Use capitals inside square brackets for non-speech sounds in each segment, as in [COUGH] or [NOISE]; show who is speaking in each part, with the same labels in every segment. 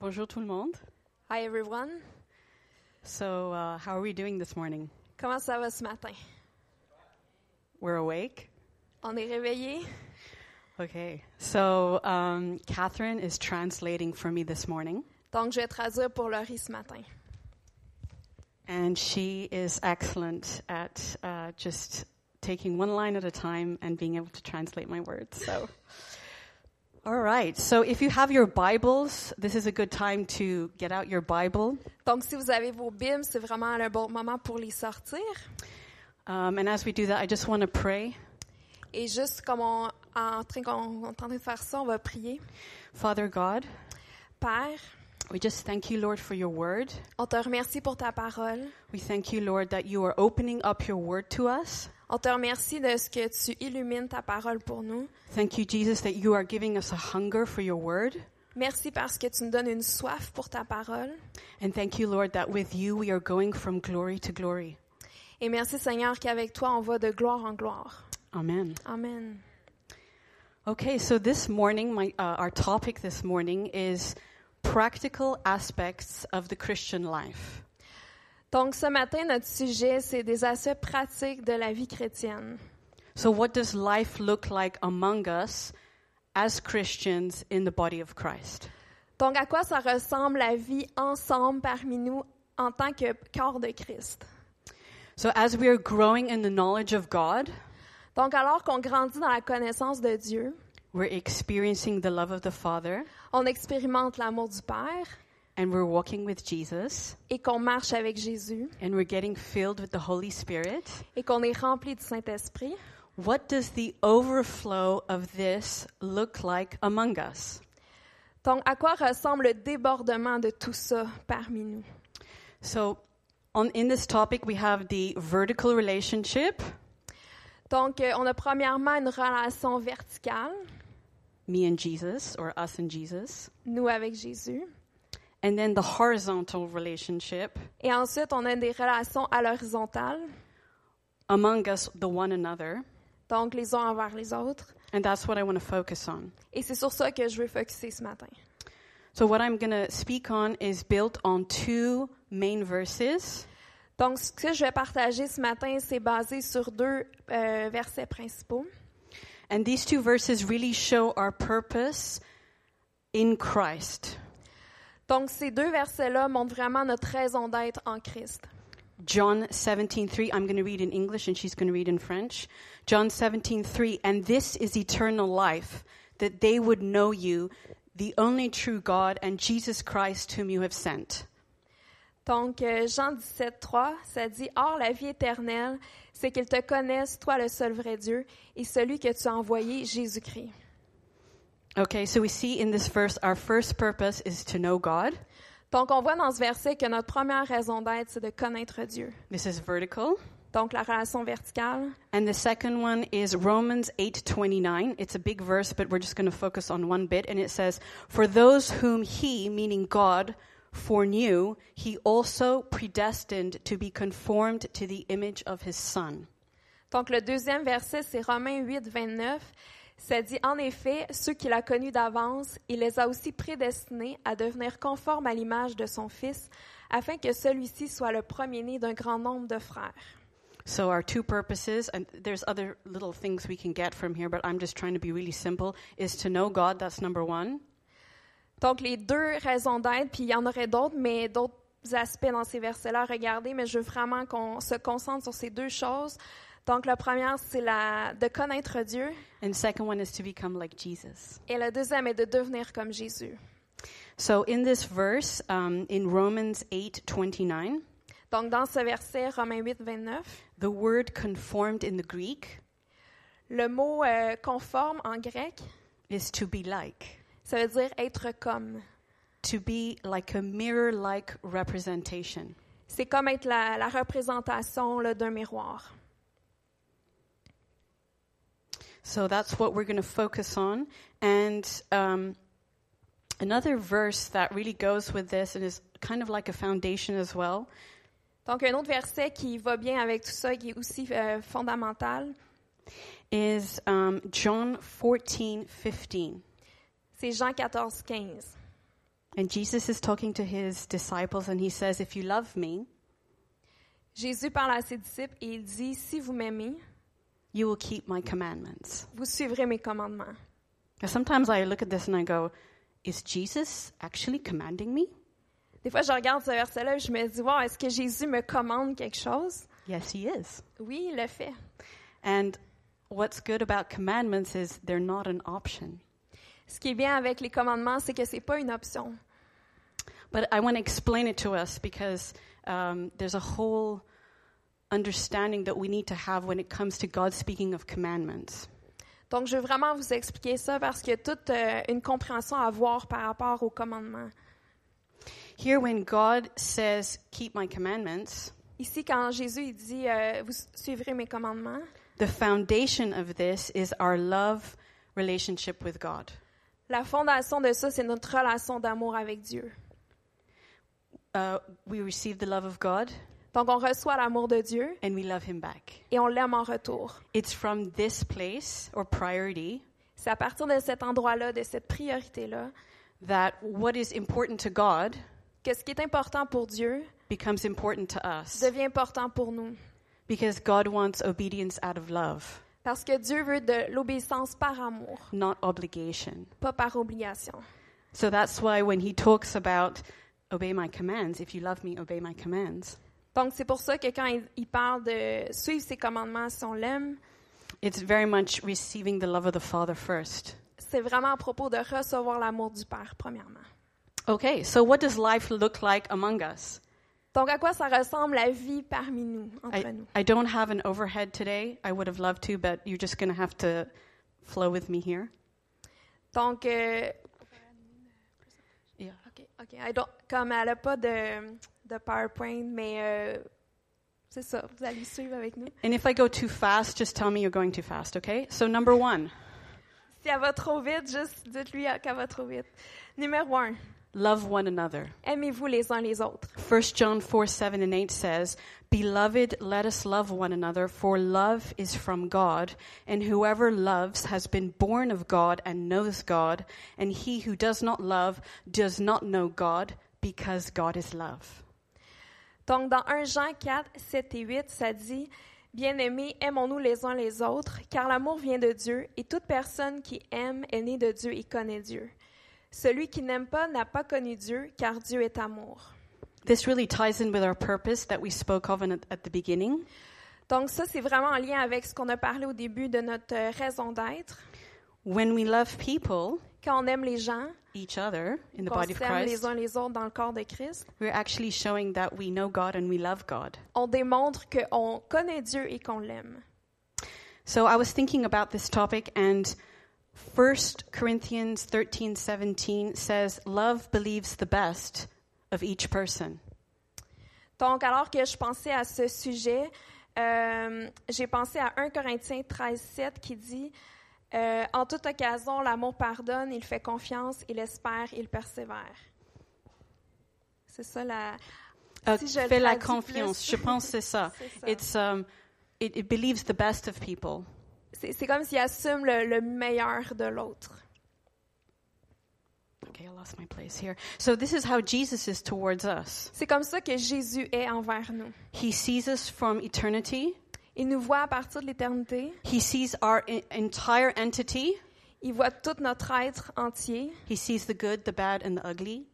Speaker 1: Bonjour tout le monde.
Speaker 2: Hi everyone.
Speaker 1: So, uh, how are we doing this morning?
Speaker 2: Comment ça va ce matin?
Speaker 1: We're awake.
Speaker 2: On est réveillés?
Speaker 1: Okay. So, um, Catherine is translating for me this morning,
Speaker 2: Donc je vais traduire pour Laurie ce matin.
Speaker 1: and she is excellent at uh, just taking one line at a time and being able to translate my words. So, all right. So, if you have your Bibles, this is a good time to get out your Bible.
Speaker 2: Donc si vous avez vos bibles, c'est vraiment le bon moment pour les sortir.
Speaker 1: Um, and as we do that, I just want to pray.
Speaker 2: Et juste comme on, en train qu'on on est en train de faire ça, on va prier.
Speaker 1: Father God,
Speaker 2: Père,
Speaker 1: we just thank you, Lord, for your word.
Speaker 2: on te remercie pour ta parole.
Speaker 1: We thank you, Lord, that you are opening up your word to us.
Speaker 2: On te remercie de ce que tu illumines ta parole pour nous.
Speaker 1: Thank you, Jesus, that you are giving us a hunger for your word.
Speaker 2: Merci parce que tu nous donnes une soif pour ta parole.
Speaker 1: And thank you, Lord, that with you we are going from glory to glory.
Speaker 2: Et merci Seigneur qu'avec toi, on va de gloire en gloire.
Speaker 1: Amen.
Speaker 2: Amen.
Speaker 1: Okay, so this morning, my, uh, our topic this morning is practical aspects of the Christian life.
Speaker 2: Donc ce matin, notre sujet, c'est des aspects pratiques de la vie chrétienne.
Speaker 1: So, what does life look like among us as Christians in the body of Christ?
Speaker 2: Donc à quoi ça ressemble la vie ensemble parmi nous en tant que corps de Christ.
Speaker 1: So, as we are growing in the knowledge of God,
Speaker 2: Donc alors qu'on grandit dans la connaissance de Dieu,
Speaker 1: we're experiencing the love of the Father
Speaker 2: on expérimente l'amour du Père
Speaker 1: and we're walking with Jesus
Speaker 2: et qu'on marche avec Jésus
Speaker 1: and we're getting filled with the Holy Spirit,
Speaker 2: et qu'on est rempli du Saint-Esprit.
Speaker 1: what does the overflow of this look like among us?
Speaker 2: Donc à quoi ressemble le débordement de tout ça parmi nous?
Speaker 1: So, on, in this topic, we have the vertical relationship,
Speaker 2: Donc euh, on a premièrement une relation verticale,
Speaker 1: me and Jesus, or us and Jesus,
Speaker 2: nous avec Jésus.
Speaker 1: and then the horizontal relationship
Speaker 2: Et ensuite, on a des relations à l'horizontale,
Speaker 1: among us, the one another.
Speaker 2: donc les uns envers les autres.
Speaker 1: And that's what I want to focus on.
Speaker 2: Et c'est sur ça que je veux focuser ce matin.
Speaker 1: So, what I'm going to speak on is built on two main verses.
Speaker 2: Donc, ce que je vais partager ce matin, c'est basé sur deux euh, versets principaux.
Speaker 1: And these two verses really show our purpose in Christ.
Speaker 2: Donc, ces deux versets-là montrent vraiment notre raison d'être en Christ.
Speaker 1: John 17:3 I'm going to read in English and she's going to read in French. John 17:3 and this is eternal life that they would know you the only true God and Jesus Christ whom you have sent.
Speaker 2: Donc, euh, Jean 17, 3, ça dit Or, la vie éternelle, c'est qu'ils te connaissent, toi le seul vrai Dieu, et celui que tu as envoyé, Jésus-Christ.
Speaker 1: Okay, so we see in this verse our first purpose is to know God.
Speaker 2: Donc, on voit dans ce verset que notre première raison d'être, c'est de connaître Dieu.
Speaker 1: This is vertical.
Speaker 2: Donc, la relation verticale.
Speaker 1: And the second one is Romans 8:29. It's a big verse, but we're just going to focus on one bit and it says, "For those whom he, meaning God, foreknew, he also predestined to be conformed to the image of his son."
Speaker 2: Donc, le deuxième verset, c'est Romains 8, 29. Ça dit, en effet, ceux qu'il a connus d'avance, il les a aussi prédestinés à devenir conformes à l'image de son Fils, afin que celui-ci soit le premier-né d'un grand nombre de frères.
Speaker 1: So our two purposes and there's other little things we can get from here, but I'm just trying to be really simple is to know God, that's number 1,
Speaker 2: Donc, les deux raisons d'être, puis il y en aurait d'autres, mais d'autres aspects dans ces versets-là, regardez, mais je veux vraiment qu'on se concentre sur ces deux choses. Donc, la première, c'est la, de connaître Dieu,
Speaker 1: and second one is to become like Jesus.
Speaker 2: et la deuxième est de devenir comme Jésus.
Speaker 1: So in this verse um, in Romans 8:29,
Speaker 2: Donc, dans ce verset, Romains 8, 29,
Speaker 1: The word conformed in the Greek
Speaker 2: Le mot euh, conforme en grec,
Speaker 1: is to be like,
Speaker 2: ça veut dire être comme.
Speaker 1: to be like a mirror like representation.
Speaker 2: C'est comme être la, la représentation là, d'un miroir.
Speaker 1: So that's what we're going to focus on. And um, another verse that really goes with this and is kind of like a foundation as well
Speaker 2: Donc, un autre verset qui va bien avec tout ça, qui est aussi euh, fondamental,
Speaker 1: is um, John 14 15.
Speaker 2: c'est Jean 14, 15.
Speaker 1: And Jesus is talking to his disciples and he says, If you love me,
Speaker 2: Jésus parle à ses disciples et il dit, Si vous m'aimez,
Speaker 1: you will keep my commandments.
Speaker 2: vous suivrez mes commandements.
Speaker 1: Now, sometimes I look at this and I go, Is Jesus actually commanding me?
Speaker 2: Des fois, je regarde ce verset-là et je me dis, wow, est-ce que Jésus me commande quelque chose?
Speaker 1: Yes, he is.
Speaker 2: Oui, il le fait.
Speaker 1: And what's good about commandments is they're not an option.
Speaker 2: Ce qui est bien avec les commandements, c'est que c'est pas une option.
Speaker 1: But I want to explain it to us because um, there's a whole understanding that we need to have when it comes to God speaking of commandments.
Speaker 2: Donc, je veux vraiment vous expliquer ça parce qu'il y a toute euh, une compréhension à avoir par rapport aux commandements.
Speaker 1: Here, when God says, Keep my commandments,
Speaker 2: Ici, quand Jésus il dit euh, Vous suivrez mes commandements,
Speaker 1: the foundation of this is our love relationship with God.
Speaker 2: la fondation de ça, c'est notre relation d'amour avec Dieu.
Speaker 1: Uh, we receive the love of God
Speaker 2: Donc, on reçoit l'amour de Dieu
Speaker 1: and we love Him back.
Speaker 2: et on l'aime en retour.
Speaker 1: It's from this place or priority
Speaker 2: C'est à partir de cet endroit-là, de cette priorité-là,
Speaker 1: that what is important to God
Speaker 2: que ce qui est important pour Dieu
Speaker 1: becomes important to us
Speaker 2: devient important pour nous.
Speaker 1: because God wants obedience out of love.
Speaker 2: Parce que Dieu veut de l'obéissance par amour,
Speaker 1: not obligation.
Speaker 2: pas par obligation.
Speaker 1: So that's why when he talks about obey my commands, if you love me, obey my commands,
Speaker 2: Donc, c'est pour ça que quand il, il parle de suivre ses commandements si on l'aime,
Speaker 1: it's very much receiving the love of the Father first.
Speaker 2: c'est vraiment à propos de recevoir l'amour du Père, premièrement.
Speaker 1: Okay, so what does life look like among us?
Speaker 2: Donc, à quoi ça ressemble la vie parmi nous, entre
Speaker 1: I,
Speaker 2: nous?
Speaker 1: I don't have an overhead today. I would have loved to, but you're just going to have to flow with me here.
Speaker 2: Donc, euh,
Speaker 1: Yeah.
Speaker 2: OK, OK, I don't- comme elle n'a pas de, de PowerPoint, mais euh, c'est ça, vous allez suivre avec nous.
Speaker 1: And if I go too fast, just tell me you're going too fast, okay? So, number one,
Speaker 2: Si elle va trop vite, juste dites-lui qu'elle va trop vite. Numéro un,
Speaker 1: love one another.
Speaker 2: aimez-vous les uns les autres.
Speaker 1: 1 John 4 7 and 8 says, Beloved, let us love one another, for love is from God, and whoever loves has been born of God and knows God, and he who does not love does not know God, because God is love.
Speaker 2: Donc, dans 1 Jean 4, 7 et 8, ça dit Bien-aimés, aimons-nous les uns les autres, car l'amour vient de Dieu, et toute personne qui aime est née de Dieu et connaît Dieu. Celui qui n'aime pas n'a pas connu Dieu, car Dieu est amour.
Speaker 1: This really ties in with our purpose that we spoke of in, at the beginning.
Speaker 2: Donc, ça, c'est vraiment en lien avec ce qu'on a parlé au début de notre euh, raison d'être.
Speaker 1: When we love people,
Speaker 2: Quand on aime les gens,
Speaker 1: each other, in the
Speaker 2: qu'on
Speaker 1: body of
Speaker 2: s'aime les
Speaker 1: Christ,
Speaker 2: uns les autres dans le corps de Christ,
Speaker 1: we're actually showing that we know God and we love God.
Speaker 2: on démontre qu'on connaît Dieu et qu'on l'aime.
Speaker 1: So I was thinking about this topic and 1 Corinthians 13:17 says love believes the best of each person.
Speaker 2: Donc, alors que je pensais à ce sujet, euh, j'ai pensé à 1 Corinthiens 13, 7 qui dit euh, En toute occasion, l'amour pardonne, il fait confiance, il espère, il persévère. C'est ça la.
Speaker 1: Euh,
Speaker 2: Uh, Si je le
Speaker 1: fais la
Speaker 2: traduis
Speaker 1: confiance,
Speaker 2: plus-
Speaker 1: je pense c'est ça.
Speaker 2: [LAUGHS] C'est ça.
Speaker 1: It's um it, it believes the best of people.
Speaker 2: C'est c'est comme s'il assume le, le meilleur de l'autre.
Speaker 1: Okay, I lost my place here. So this is how Jesus is towards us.
Speaker 2: C'est comme ça que Jésus est envers nous.
Speaker 1: He sees us from eternity.
Speaker 2: Il nous voit à partir de l'éternité.
Speaker 1: He sees our en- entire entity.
Speaker 2: Il voit tout notre être entier.
Speaker 1: He sees the good, the bad and the ugly,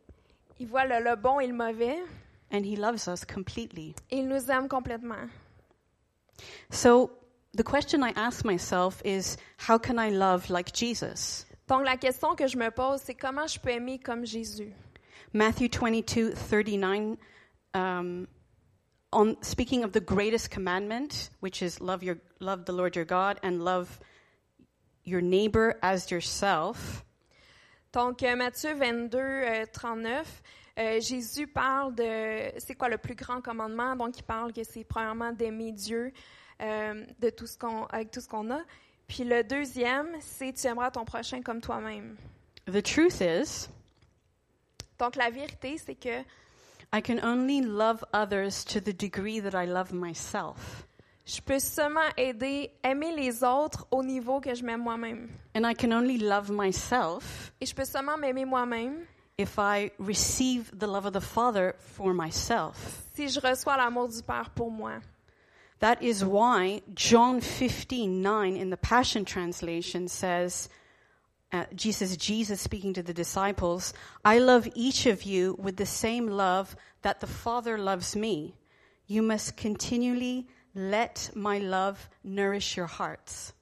Speaker 2: Il voit le, le bon et le mauvais.
Speaker 1: and he loves us completely.
Speaker 2: Et il nous aime complètement.
Speaker 1: So the question I ask myself is how can I love like Jesus?
Speaker 2: Donc, la question que je me pose, c'est comment je peux aimer comme Jésus.
Speaker 1: Matthew 22 39, um, on, speaking of the greatest commandment, which is love, your, love the Lord your God and love your neighbor as yourself.
Speaker 2: Donc, euh, Matthieu 22, euh, 39, euh, Jésus parle de c'est quoi le plus grand commandement. Donc, il parle que c'est premièrement d'aimer Dieu euh, de tout ce qu'on, avec tout ce qu'on a. Puis le deuxième, c'est tu aimeras ton prochain comme toi-même.
Speaker 1: The truth is,
Speaker 2: Donc, la vérité, c'est que
Speaker 1: I can only love others to the degree that I love myself.
Speaker 2: je peux seulement aider, aimer les autres au niveau que je m'aime moi-même.
Speaker 1: And I can only love myself
Speaker 2: Et je peux seulement m'aimer moi-même
Speaker 1: if I receive the love of the Father for myself.
Speaker 2: si je reçois l'amour du Père pour moi.
Speaker 1: That is why John 15:9 in the Passion Translation says uh, Jesus Jesus speaking to the disciples, I love each of you with the same love that the Father loves me. You must continually let my love nourish your hearts.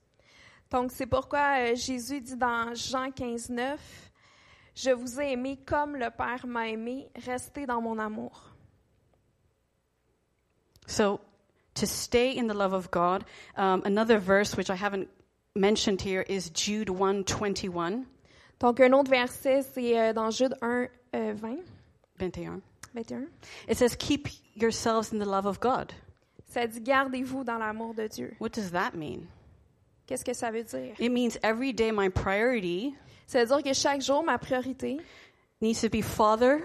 Speaker 2: Donc, c'est pourquoi euh, Jésus dit dans Jean 15, 9, Je vous ai aimé comme le Père m'a aimé, restez dans mon amour.
Speaker 1: So, to stay in the love of God, um, another verse which I haven't mentioned here is Jude 1:21.
Speaker 2: Donc, un autre verset, c'est euh, dans Jude 1, euh, 20,
Speaker 1: 21.
Speaker 2: 21.
Speaker 1: It says, "Keep yourselves in the love of God."
Speaker 2: Ça dit Gardez-vous dans l'amour de Dieu.
Speaker 1: What does that mean?
Speaker 2: Qu'est-ce que ça veut dire?
Speaker 1: It means every day my priority
Speaker 2: Ça veut dire que chaque jour, ma priorité,
Speaker 1: needs to be, Father,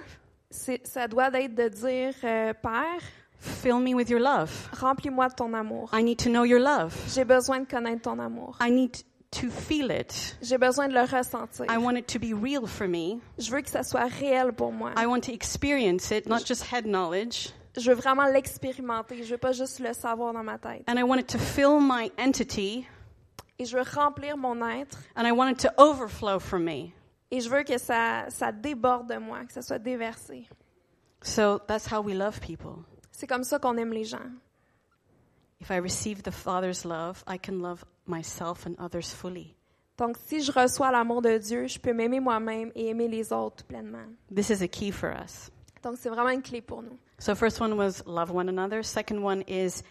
Speaker 2: c'est- ça doit être de dire euh, Père,
Speaker 1: fill me with your love.
Speaker 2: remplis-moi de ton amour.
Speaker 1: I need to know your love.
Speaker 2: J'ai besoin de connaître ton amour.
Speaker 1: I need to feel it.
Speaker 2: J'ai besoin de le ressentir.
Speaker 1: I want it to be real for me.
Speaker 2: Je veux que ça soit réel pour moi.
Speaker 1: I want to experience it, not just head knowledge.
Speaker 2: Je veux vraiment l'expérimenter. Je veux pas juste le savoir dans ma tête.
Speaker 1: And I want it to fill my entity
Speaker 2: Et je veux remplir mon être.
Speaker 1: and I want it to overflow from me.
Speaker 2: Et je veux que ça, ça déborde de moi, que ça soit déversé.
Speaker 1: So that's how we love people.
Speaker 2: C'est comme ça qu'on aime les gens.
Speaker 1: If I receive the Father's love, I can love myself and others fully.
Speaker 2: Donc, si je reçois l'amour de Dieu, je peux m'aimer moi-même et aimer les autres pleinement.
Speaker 1: This is a key for us.
Speaker 2: Donc, c'est vraiment une clé pour nous.
Speaker 1: So, first one was love one another. Second one is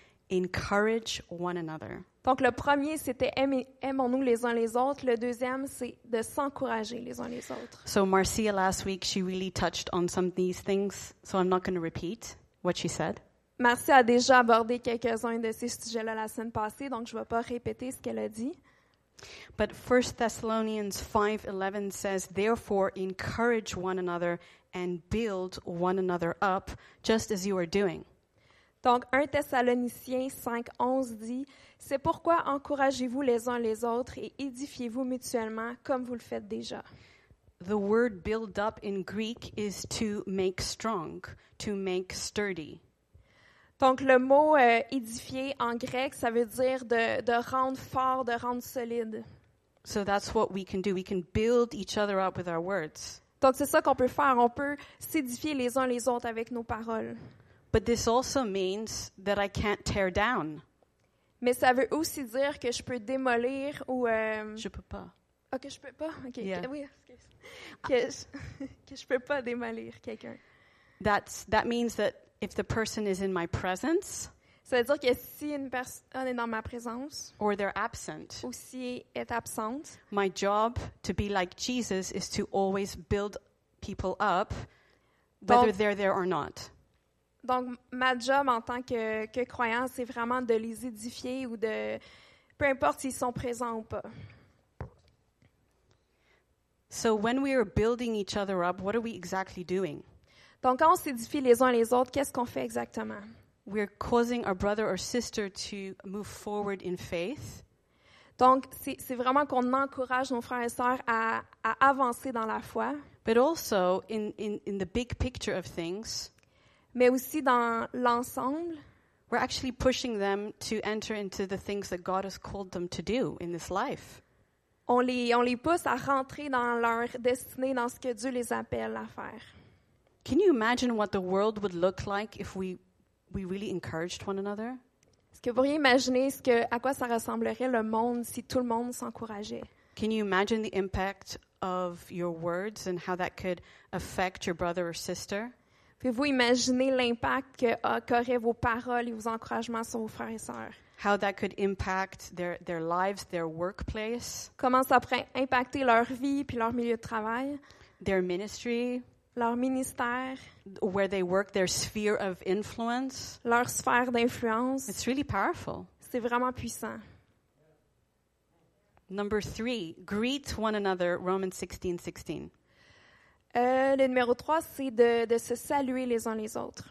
Speaker 1: encourage one another.
Speaker 2: Donc, le premier, c'était aimer- aimons-nous les uns les autres. Le deuxième, c'est de s'encourager les uns les autres.
Speaker 1: So, Marcia last week, she really touched on some of these things. So, I'm not going to repeat what she said.
Speaker 2: Marcie a déjà abordé quelques-uns de ces sujets-là la semaine passée, donc je ne vais pas répéter ce qu'elle a dit.
Speaker 1: But 1 Thessalonians 5:11 says, "Therefore encourage one another and build one another up, just as you are doing."
Speaker 2: Donc, 1 Thessaloniciens 5, 11 dit C'est pourquoi encouragez-vous les uns les autres et édifiez-vous mutuellement comme vous le faites déjà.
Speaker 1: The word build up in Greek is to make strong, to make sturdy.
Speaker 2: Donc, le mot euh, édifier en grec, ça veut dire de, de rendre fort, de rendre solide.
Speaker 1: So that's what we can do. We can build each other up with our words.
Speaker 2: Donc, c'est ça qu'on peut faire. On peut s'édifier les uns les autres avec nos paroles.
Speaker 1: But this also means that I can't tear down.
Speaker 2: Mais ça veut aussi dire que je peux démolir ou. euh,
Speaker 1: Je peux pas.
Speaker 2: Ah, que je peux pas. OK.
Speaker 1: Yeah.
Speaker 2: que- oui, excuse. [LAUGHS] que, je, [LAUGHS] que je peux pas démolir quelqu'un.
Speaker 1: That's that means that if the person is in my presence
Speaker 2: Ça veut dire que si une personne est dans ma présence,
Speaker 1: or they're absent,
Speaker 2: ou si elle est absente,
Speaker 1: my job to be like Jesus is to always build people up whether
Speaker 2: Don't-
Speaker 1: they're there or not.
Speaker 2: Donc, ma job en tant que, que croyant, c'est vraiment de les édifier ou de. Peu importe s'ils sont présents ou pas.
Speaker 1: So when we are building each other up, what are we exactly doing?
Speaker 2: Donc, quand on s'édifie les uns les autres, qu'est-ce qu'on fait exactement?
Speaker 1: We're causing our brother or sister to move forward in faith.
Speaker 2: Donc, c'est c'est vraiment qu'on encourage nos frères et sœurs à, à avancer dans la foi,
Speaker 1: But also, in, in, in the big picture of things,
Speaker 2: mais aussi dans l'ensemble.
Speaker 1: we're actually pushing them to enter into the things that God has called them to do in this life.
Speaker 2: On les, on les pousse à rentrer dans leur destinée, dans ce que Dieu les appelle à faire.
Speaker 1: Can you imagine what the world would look like if we, we really encouraged one another?
Speaker 2: Est-ce que vous pourriez imaginer ce que, à quoi ça ressemblerait le monde si tout le monde s'encourageait?
Speaker 1: Can you imagine the impact of your words and how that could affect your brother or sister?
Speaker 2: Pouvez-vous imaginer l'impact que- ah, qu'auraient vos paroles et vos encouragements sur vos frères et sœurs?
Speaker 1: How that could impact their, their lives, their workplace,
Speaker 2: Comment ça pourrait impacter leur vie puis leur milieu de travail,
Speaker 1: their ministry,
Speaker 2: leur ministère,
Speaker 1: where they work, their sphere of influence?
Speaker 2: leur sphère d'influence?
Speaker 1: It's really powerful.
Speaker 2: C'est vraiment puissant.
Speaker 1: Number three, greet one another, Romans 16, 16.
Speaker 2: Euh, le numéro 3, c'est de, de se saluer les uns les autres.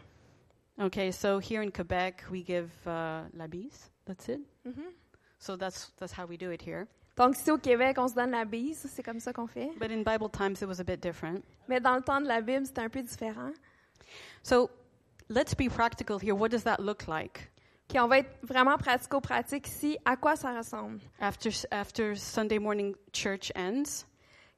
Speaker 1: Okay, so here in Quebec, we give uh, la bise. That's it. So that's, that's how we do it here.
Speaker 2: Donc, ici au Québec, on se donne la bise, c'est comme ça qu'on fait.
Speaker 1: But in Bible times, it was a bit different.
Speaker 2: Mais dans le temps de la Bible, c'était un peu différent.
Speaker 1: So let's be practical here. What does that look like?
Speaker 2: Puis on va être vraiment pratico-pratique ici. À quoi ça ressemble?
Speaker 1: After, s- after Sunday morning church ends,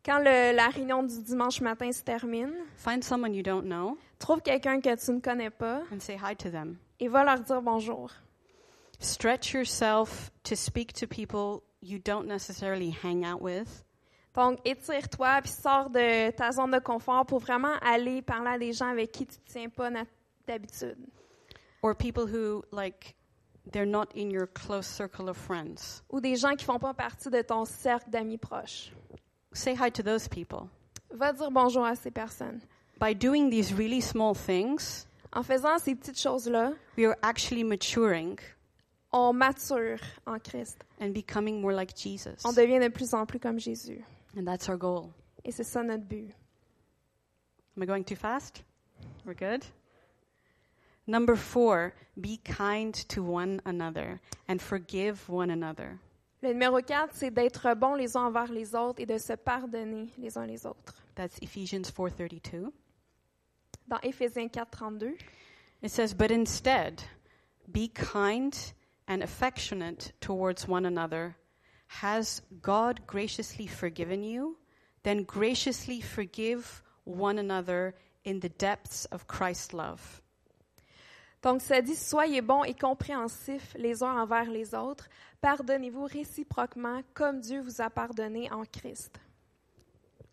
Speaker 2: Quand le- la réunion du dimanche matin se termine,
Speaker 1: find someone you don't know
Speaker 2: trouve quelqu'un que tu ne connais pas
Speaker 1: and say hi to them.
Speaker 2: et va leur dire bonjour.
Speaker 1: Stretch yourself to speak to people you don't necessarily hang out with.
Speaker 2: Donc, étire-toi, puis sors de ta zone de confort pour vraiment aller parler à des gens avec qui tu ne tiens pas na- d'habitude.
Speaker 1: or people who like they're not in your close circle of friends
Speaker 2: Ou des gens qui font pas partie de ton cercle d'amis proches.
Speaker 1: say hi to those people
Speaker 2: Va dire bonjour à ces personnes.
Speaker 1: by doing these really small things
Speaker 2: En faisant ces petites choses-là,
Speaker 1: we are actually maturing
Speaker 2: on mature en Christ.
Speaker 1: and becoming more like jesus
Speaker 2: On devient de plus en plus comme Jésus.
Speaker 1: and that's our goal
Speaker 2: Et c'est ça notre but.
Speaker 1: am i going too fast we're good number 4 be kind to one another and forgive one another
Speaker 2: Le numéro 4, c'est d'être bons les uns envers les autres et de se pardonner les uns les autres.
Speaker 1: that's ephesians 4:32
Speaker 2: Dans Éphésiens 4, 32,
Speaker 1: It says, But instead, be kind and affectionate towards one another. Has God graciously forgiven you? Then graciously forgive one another in the depths of Christ's love.
Speaker 2: Donc, ça dit Soyez bons et compréhensifs les uns envers les autres. Pardonnez-vous réciproquement comme Dieu vous a pardonné en Christ.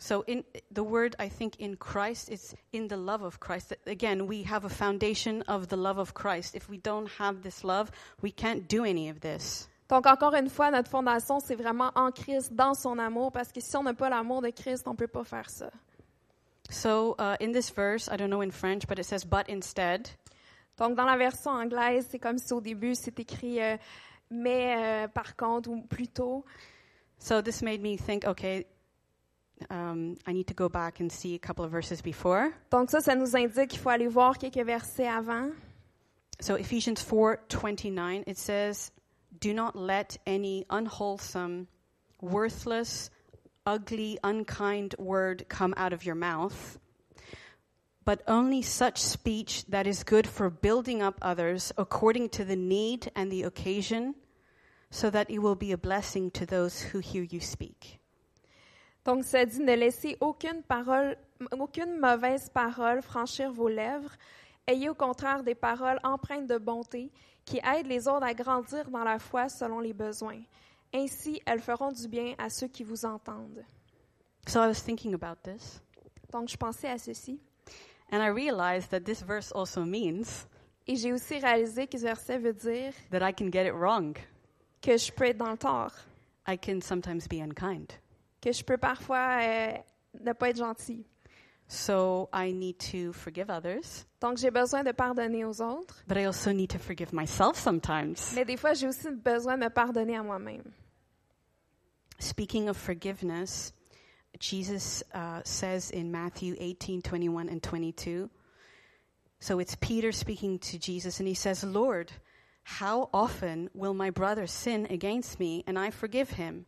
Speaker 1: So, in the word, I think, in Christ, it's in the love of Christ. Again, we have a foundation of the love of Christ. If we don't have this love, we can't do any of this.
Speaker 2: Donc, encore une fois, notre fondation, c'est vraiment en Christ, dans son amour, parce que si on n'a pas l'amour de Christ, on ne peut pas faire ça.
Speaker 1: So, uh, in this verse, I don't know in French, but it says, But instead,
Speaker 2: Donc, dans la version anglaise, c'est comme si au début, c'est écrit euh, mais euh, par contre, ou plutôt.
Speaker 1: So this made me think, okay, um, I need to go back and see a couple of verses before.
Speaker 2: Donc, ça, ça nous indique qu'il faut aller voir quelques versets avant.
Speaker 1: So Ephesians 4:29 it says, "Do not let any unwholesome, worthless, ugly, unkind word come out of your mouth, but only such speech that is good for building up others according to the need and the occasion, so that it will be a blessing to those who hear you speak."
Speaker 2: Donc, ça dit ne laissez aucune parole, aucune mauvaise parole franchir vos lèvres. Ayez au contraire des paroles empreintes de bonté qui aident les autres à grandir dans la foi selon les besoins. Ainsi, elles feront du bien à ceux qui vous entendent.
Speaker 1: So I was thinking about this.
Speaker 2: Donc, je pensais à ceci.
Speaker 1: And I realized that this verse also means
Speaker 2: Et j'ai aussi réalisé que ce verset veut dire
Speaker 1: that I can get it wrong.
Speaker 2: que je peux être dans le tort,
Speaker 1: I can sometimes be unkind.
Speaker 2: que je peux parfois euh, ne pas être gentil.
Speaker 1: So I need to forgive others,
Speaker 2: Donc, j'ai besoin de pardonner aux autres,
Speaker 1: but I also need to forgive myself sometimes.
Speaker 2: mais des fois, j'ai aussi besoin de me pardonner à moi-même.
Speaker 1: Speaking of forgiveness, Jesus uh, says in Matthew 18 21 and 22. So it's Peter speaking to Jesus, and he says, Lord, how often will my brother sin against me and I forgive him?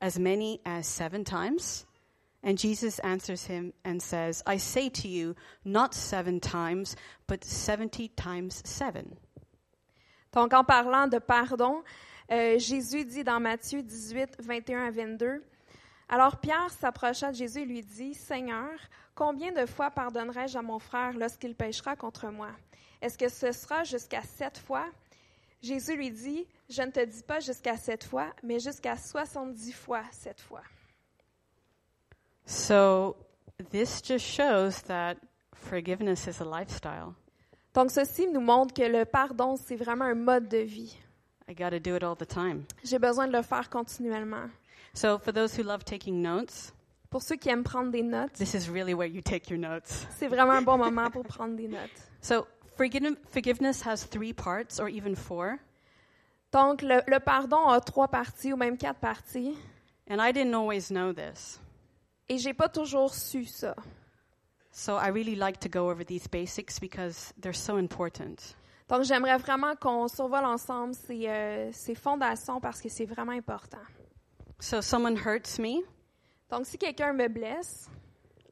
Speaker 1: As many as seven times? And Jesus answers him and says, I say to you, not seven times, but 70 times seven.
Speaker 2: Donc, en parlant de pardon, euh, Jésus dit dans Matthieu 18, 21 à 22, Alors Pierre s'approcha de Jésus et lui dit, Seigneur, combien de fois pardonnerai-je à mon frère lorsqu'il péchera contre moi? Est-ce que ce sera jusqu'à sept fois? Jésus lui dit, Je ne te dis pas jusqu'à sept fois, mais jusqu'à soixante-dix fois sept fois.
Speaker 1: So this just shows that forgiveness is a lifestyle.
Speaker 2: Donc, ceci nous montre que le pardon, c'est vraiment un mode de vie.
Speaker 1: I got to do it all the time.
Speaker 2: J'ai besoin de le faire continuellement.
Speaker 1: So, for those who love taking notes,
Speaker 2: Pour ceux qui aiment prendre des notes,
Speaker 1: this is really where you take your notes.
Speaker 2: c'est vraiment un bon moment pour prendre des notes.
Speaker 1: So, forgive- forgiveness has three parts or even four.
Speaker 2: Donc, le, le pardon a trois parties ou même quatre parties.
Speaker 1: And I didn't always know this.
Speaker 2: Et j'ai pas toujours su ça.
Speaker 1: So, I really like to go over these basics because they're so important.
Speaker 2: Donc, j'aimerais vraiment qu'on survole ensemble ces, euh, ces fondations parce que c'est vraiment important.
Speaker 1: So someone hurts me,
Speaker 2: Donc, si quelqu'un me blesse,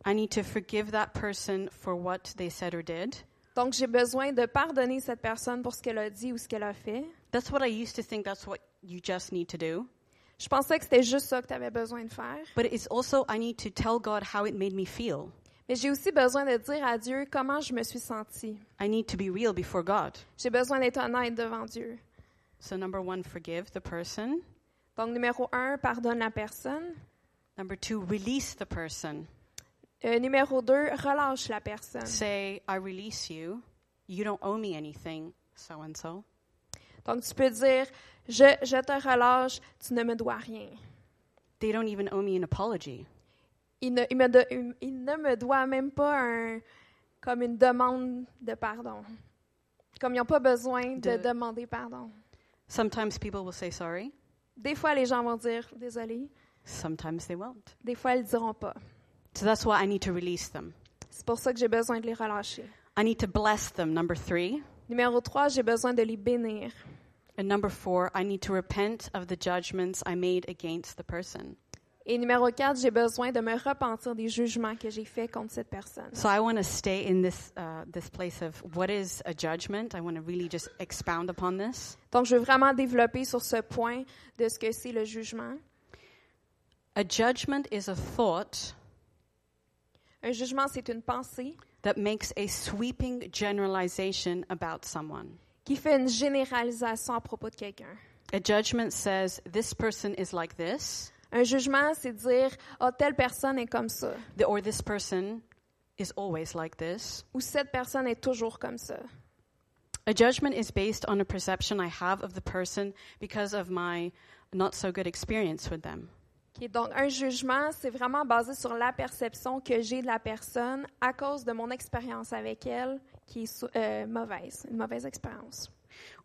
Speaker 1: I need to forgive that person for what they said or did.
Speaker 2: donc j'ai besoin de pardonner cette personne pour ce qu'elle a dit ou ce qu'elle a fait.
Speaker 1: That's what I used to think that's what you just need to do.
Speaker 2: Je pensais que c'était juste ça que tu avais besoin de faire.
Speaker 1: But it's also, I need to tell God how it made me feel.
Speaker 2: Mais j'ai aussi besoin de dire à Dieu comment je me suis sentie.
Speaker 1: I need to be real before God.
Speaker 2: J'ai besoin d'être honnête devant Dieu.
Speaker 1: So, number one, forgive the person.
Speaker 2: Donc, numéro un, pardonne la personne.
Speaker 1: Number two, release the person.
Speaker 2: Euh, numéro deux, relâche la personne.
Speaker 1: Say, I release you. You don't owe me anything, so and so.
Speaker 2: Donc, tu peux dire, je, je te relâche, tu ne me dois rien.
Speaker 1: They don't even owe me an apology.
Speaker 2: Il ne, il me do- il- il ne me doit même pas un, comme une demande de pardon. Comme ils n'ont pas besoin
Speaker 1: De-
Speaker 2: de demander pardon.
Speaker 1: Sometimes people will say sorry,
Speaker 2: Des fois, les gens vont dire désolé.
Speaker 1: sometimes they won't.
Speaker 2: Des fois, ils ne diront pas.
Speaker 1: So, that's why I need to release them.
Speaker 2: C'est pour ça que j'ai besoin de les relâcher.
Speaker 1: I need to bless them, number three.
Speaker 2: Numéro 3, j'ai besoin de les bénir.
Speaker 1: And number four, I need to repent of the judgments I made against the person.
Speaker 2: Et numéro 4, j'ai besoin de me repentir des jugements que j'ai faits contre cette personne.
Speaker 1: So I want to stay in this uh, this place of what is a judgment. I want to really just expound upon this.
Speaker 2: Donc, je veux vraiment développer sur ce point de ce que c'est le jugement.
Speaker 1: A judgment is a thought
Speaker 2: Un jugement, c'est une pensée
Speaker 1: that makes a sweeping generalization about someone.
Speaker 2: qui fait une généralisation à propos de quelqu'un.
Speaker 1: A judgment says this person is like this,
Speaker 2: Un jugement, c'est dire ah telle personne est comme ça
Speaker 1: th- or this person is always like this.
Speaker 2: ou cette personne est toujours comme ça.
Speaker 1: A judgment is based on a perception I have of the person because of my not so good experience with them.
Speaker 2: Ok, donc, un jugement, c'est vraiment basé sur la perception que j'ai de la personne à cause de mon expérience avec elle qui est sou- euh, mauvaise, une mauvaise expérience.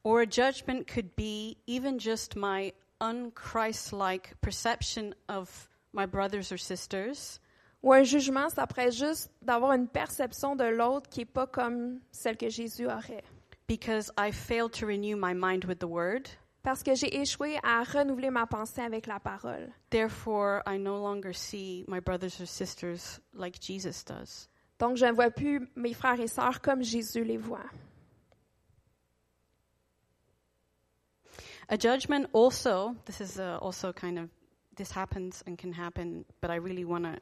Speaker 1: Or a judgment could be even just my unchristlike perception of my brothers or sisters,
Speaker 2: Ou un jugement, ça pourrait juste d'avoir une perception de l'autre qui n'est pas comme celle que Jésus aurait.
Speaker 1: because I failed to renew my mind with the word.
Speaker 2: Parce que j'ai échoué à renouveler ma pensée avec la parole.
Speaker 1: Therefore, I no longer see my brothers or sisters like Jesus does.
Speaker 2: Donc, je ne vois plus mes frères et sœurs comme Jésus les voit.
Speaker 1: A judgment also, this is uh, also kind of, this happens and can happen, but I really want to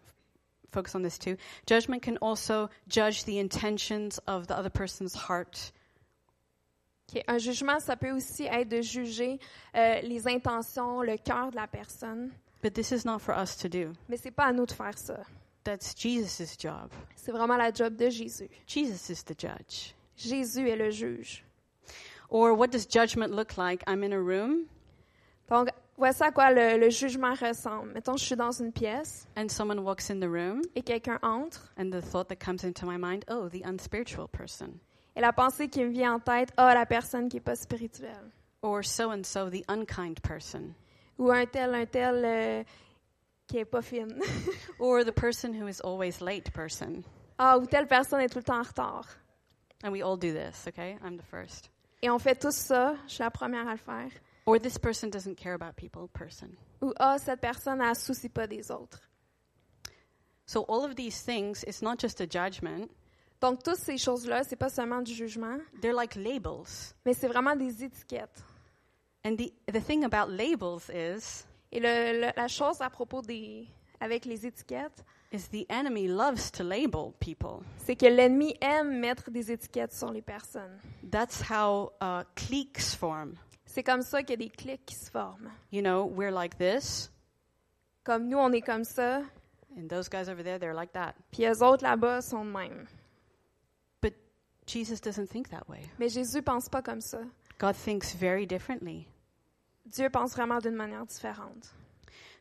Speaker 1: focus on this too. Judgment can also judge the intentions of the other person's heart.
Speaker 2: Ok, Un jugement, ça peut aussi être de juger euh, les intentions, le cœur de la personne.
Speaker 1: But this is not for us to do.
Speaker 2: Mais c'est pas à nous de faire ça.
Speaker 1: That's Jesus' job.
Speaker 2: C'est vraiment la job de Jésus.
Speaker 1: Jesus is the judge.
Speaker 2: Jésus est le juge.
Speaker 1: Or what does judgment look like? I'm in a room
Speaker 2: Donc, voici à quoi le, le jugement ressemble. Mettons, je suis dans une pièce
Speaker 1: and someone walks in the room
Speaker 2: et quelqu'un entre.
Speaker 1: and the thought that comes into my mind, oh, the unspiritual person.
Speaker 2: Et la pensée qui me vient en tête, ah, la personne qui n'est pas spirituelle.
Speaker 1: Or so and so, the unkind person.
Speaker 2: Ou un tel, un tel euh, qui est pas fine. [LAUGHS]
Speaker 1: Or the person who is always late person.
Speaker 2: ah, ou telle personne est tout le temps en retard.
Speaker 1: And we all do this, okay? I'm the first.
Speaker 2: Et on fait tous ça, je suis la première à le faire.
Speaker 1: Or this person doesn't care about people person.
Speaker 2: Ou ah, cette personne, elle ne soucie pas des autres.
Speaker 1: So all of these things, it's not just a judgment.
Speaker 2: Donc, toutes ces choses-là, c'est pas seulement du jugement,
Speaker 1: They're like labels.
Speaker 2: mais c'est vraiment des étiquettes.
Speaker 1: And the, the thing about labels is,
Speaker 2: Et le- le- la chose à propos des. avec les étiquettes,
Speaker 1: is the enemy loves to label people.
Speaker 2: c'est que l'ennemi aime mettre des étiquettes sur les personnes.
Speaker 1: That's how uh, cliques form.
Speaker 2: C'est comme ça qu'il y a des clics qui se forment.
Speaker 1: You know, we're like this,
Speaker 2: Comme nous, on est comme ça,
Speaker 1: and those guys over there, they're like that.
Speaker 2: Puis eux autres là-bas sont de même.
Speaker 1: But Jesus doesn't think that way.
Speaker 2: Mais Jésus pense pas comme ça.
Speaker 1: God thinks very differently.
Speaker 2: Dieu pense vraiment d'une manière différente.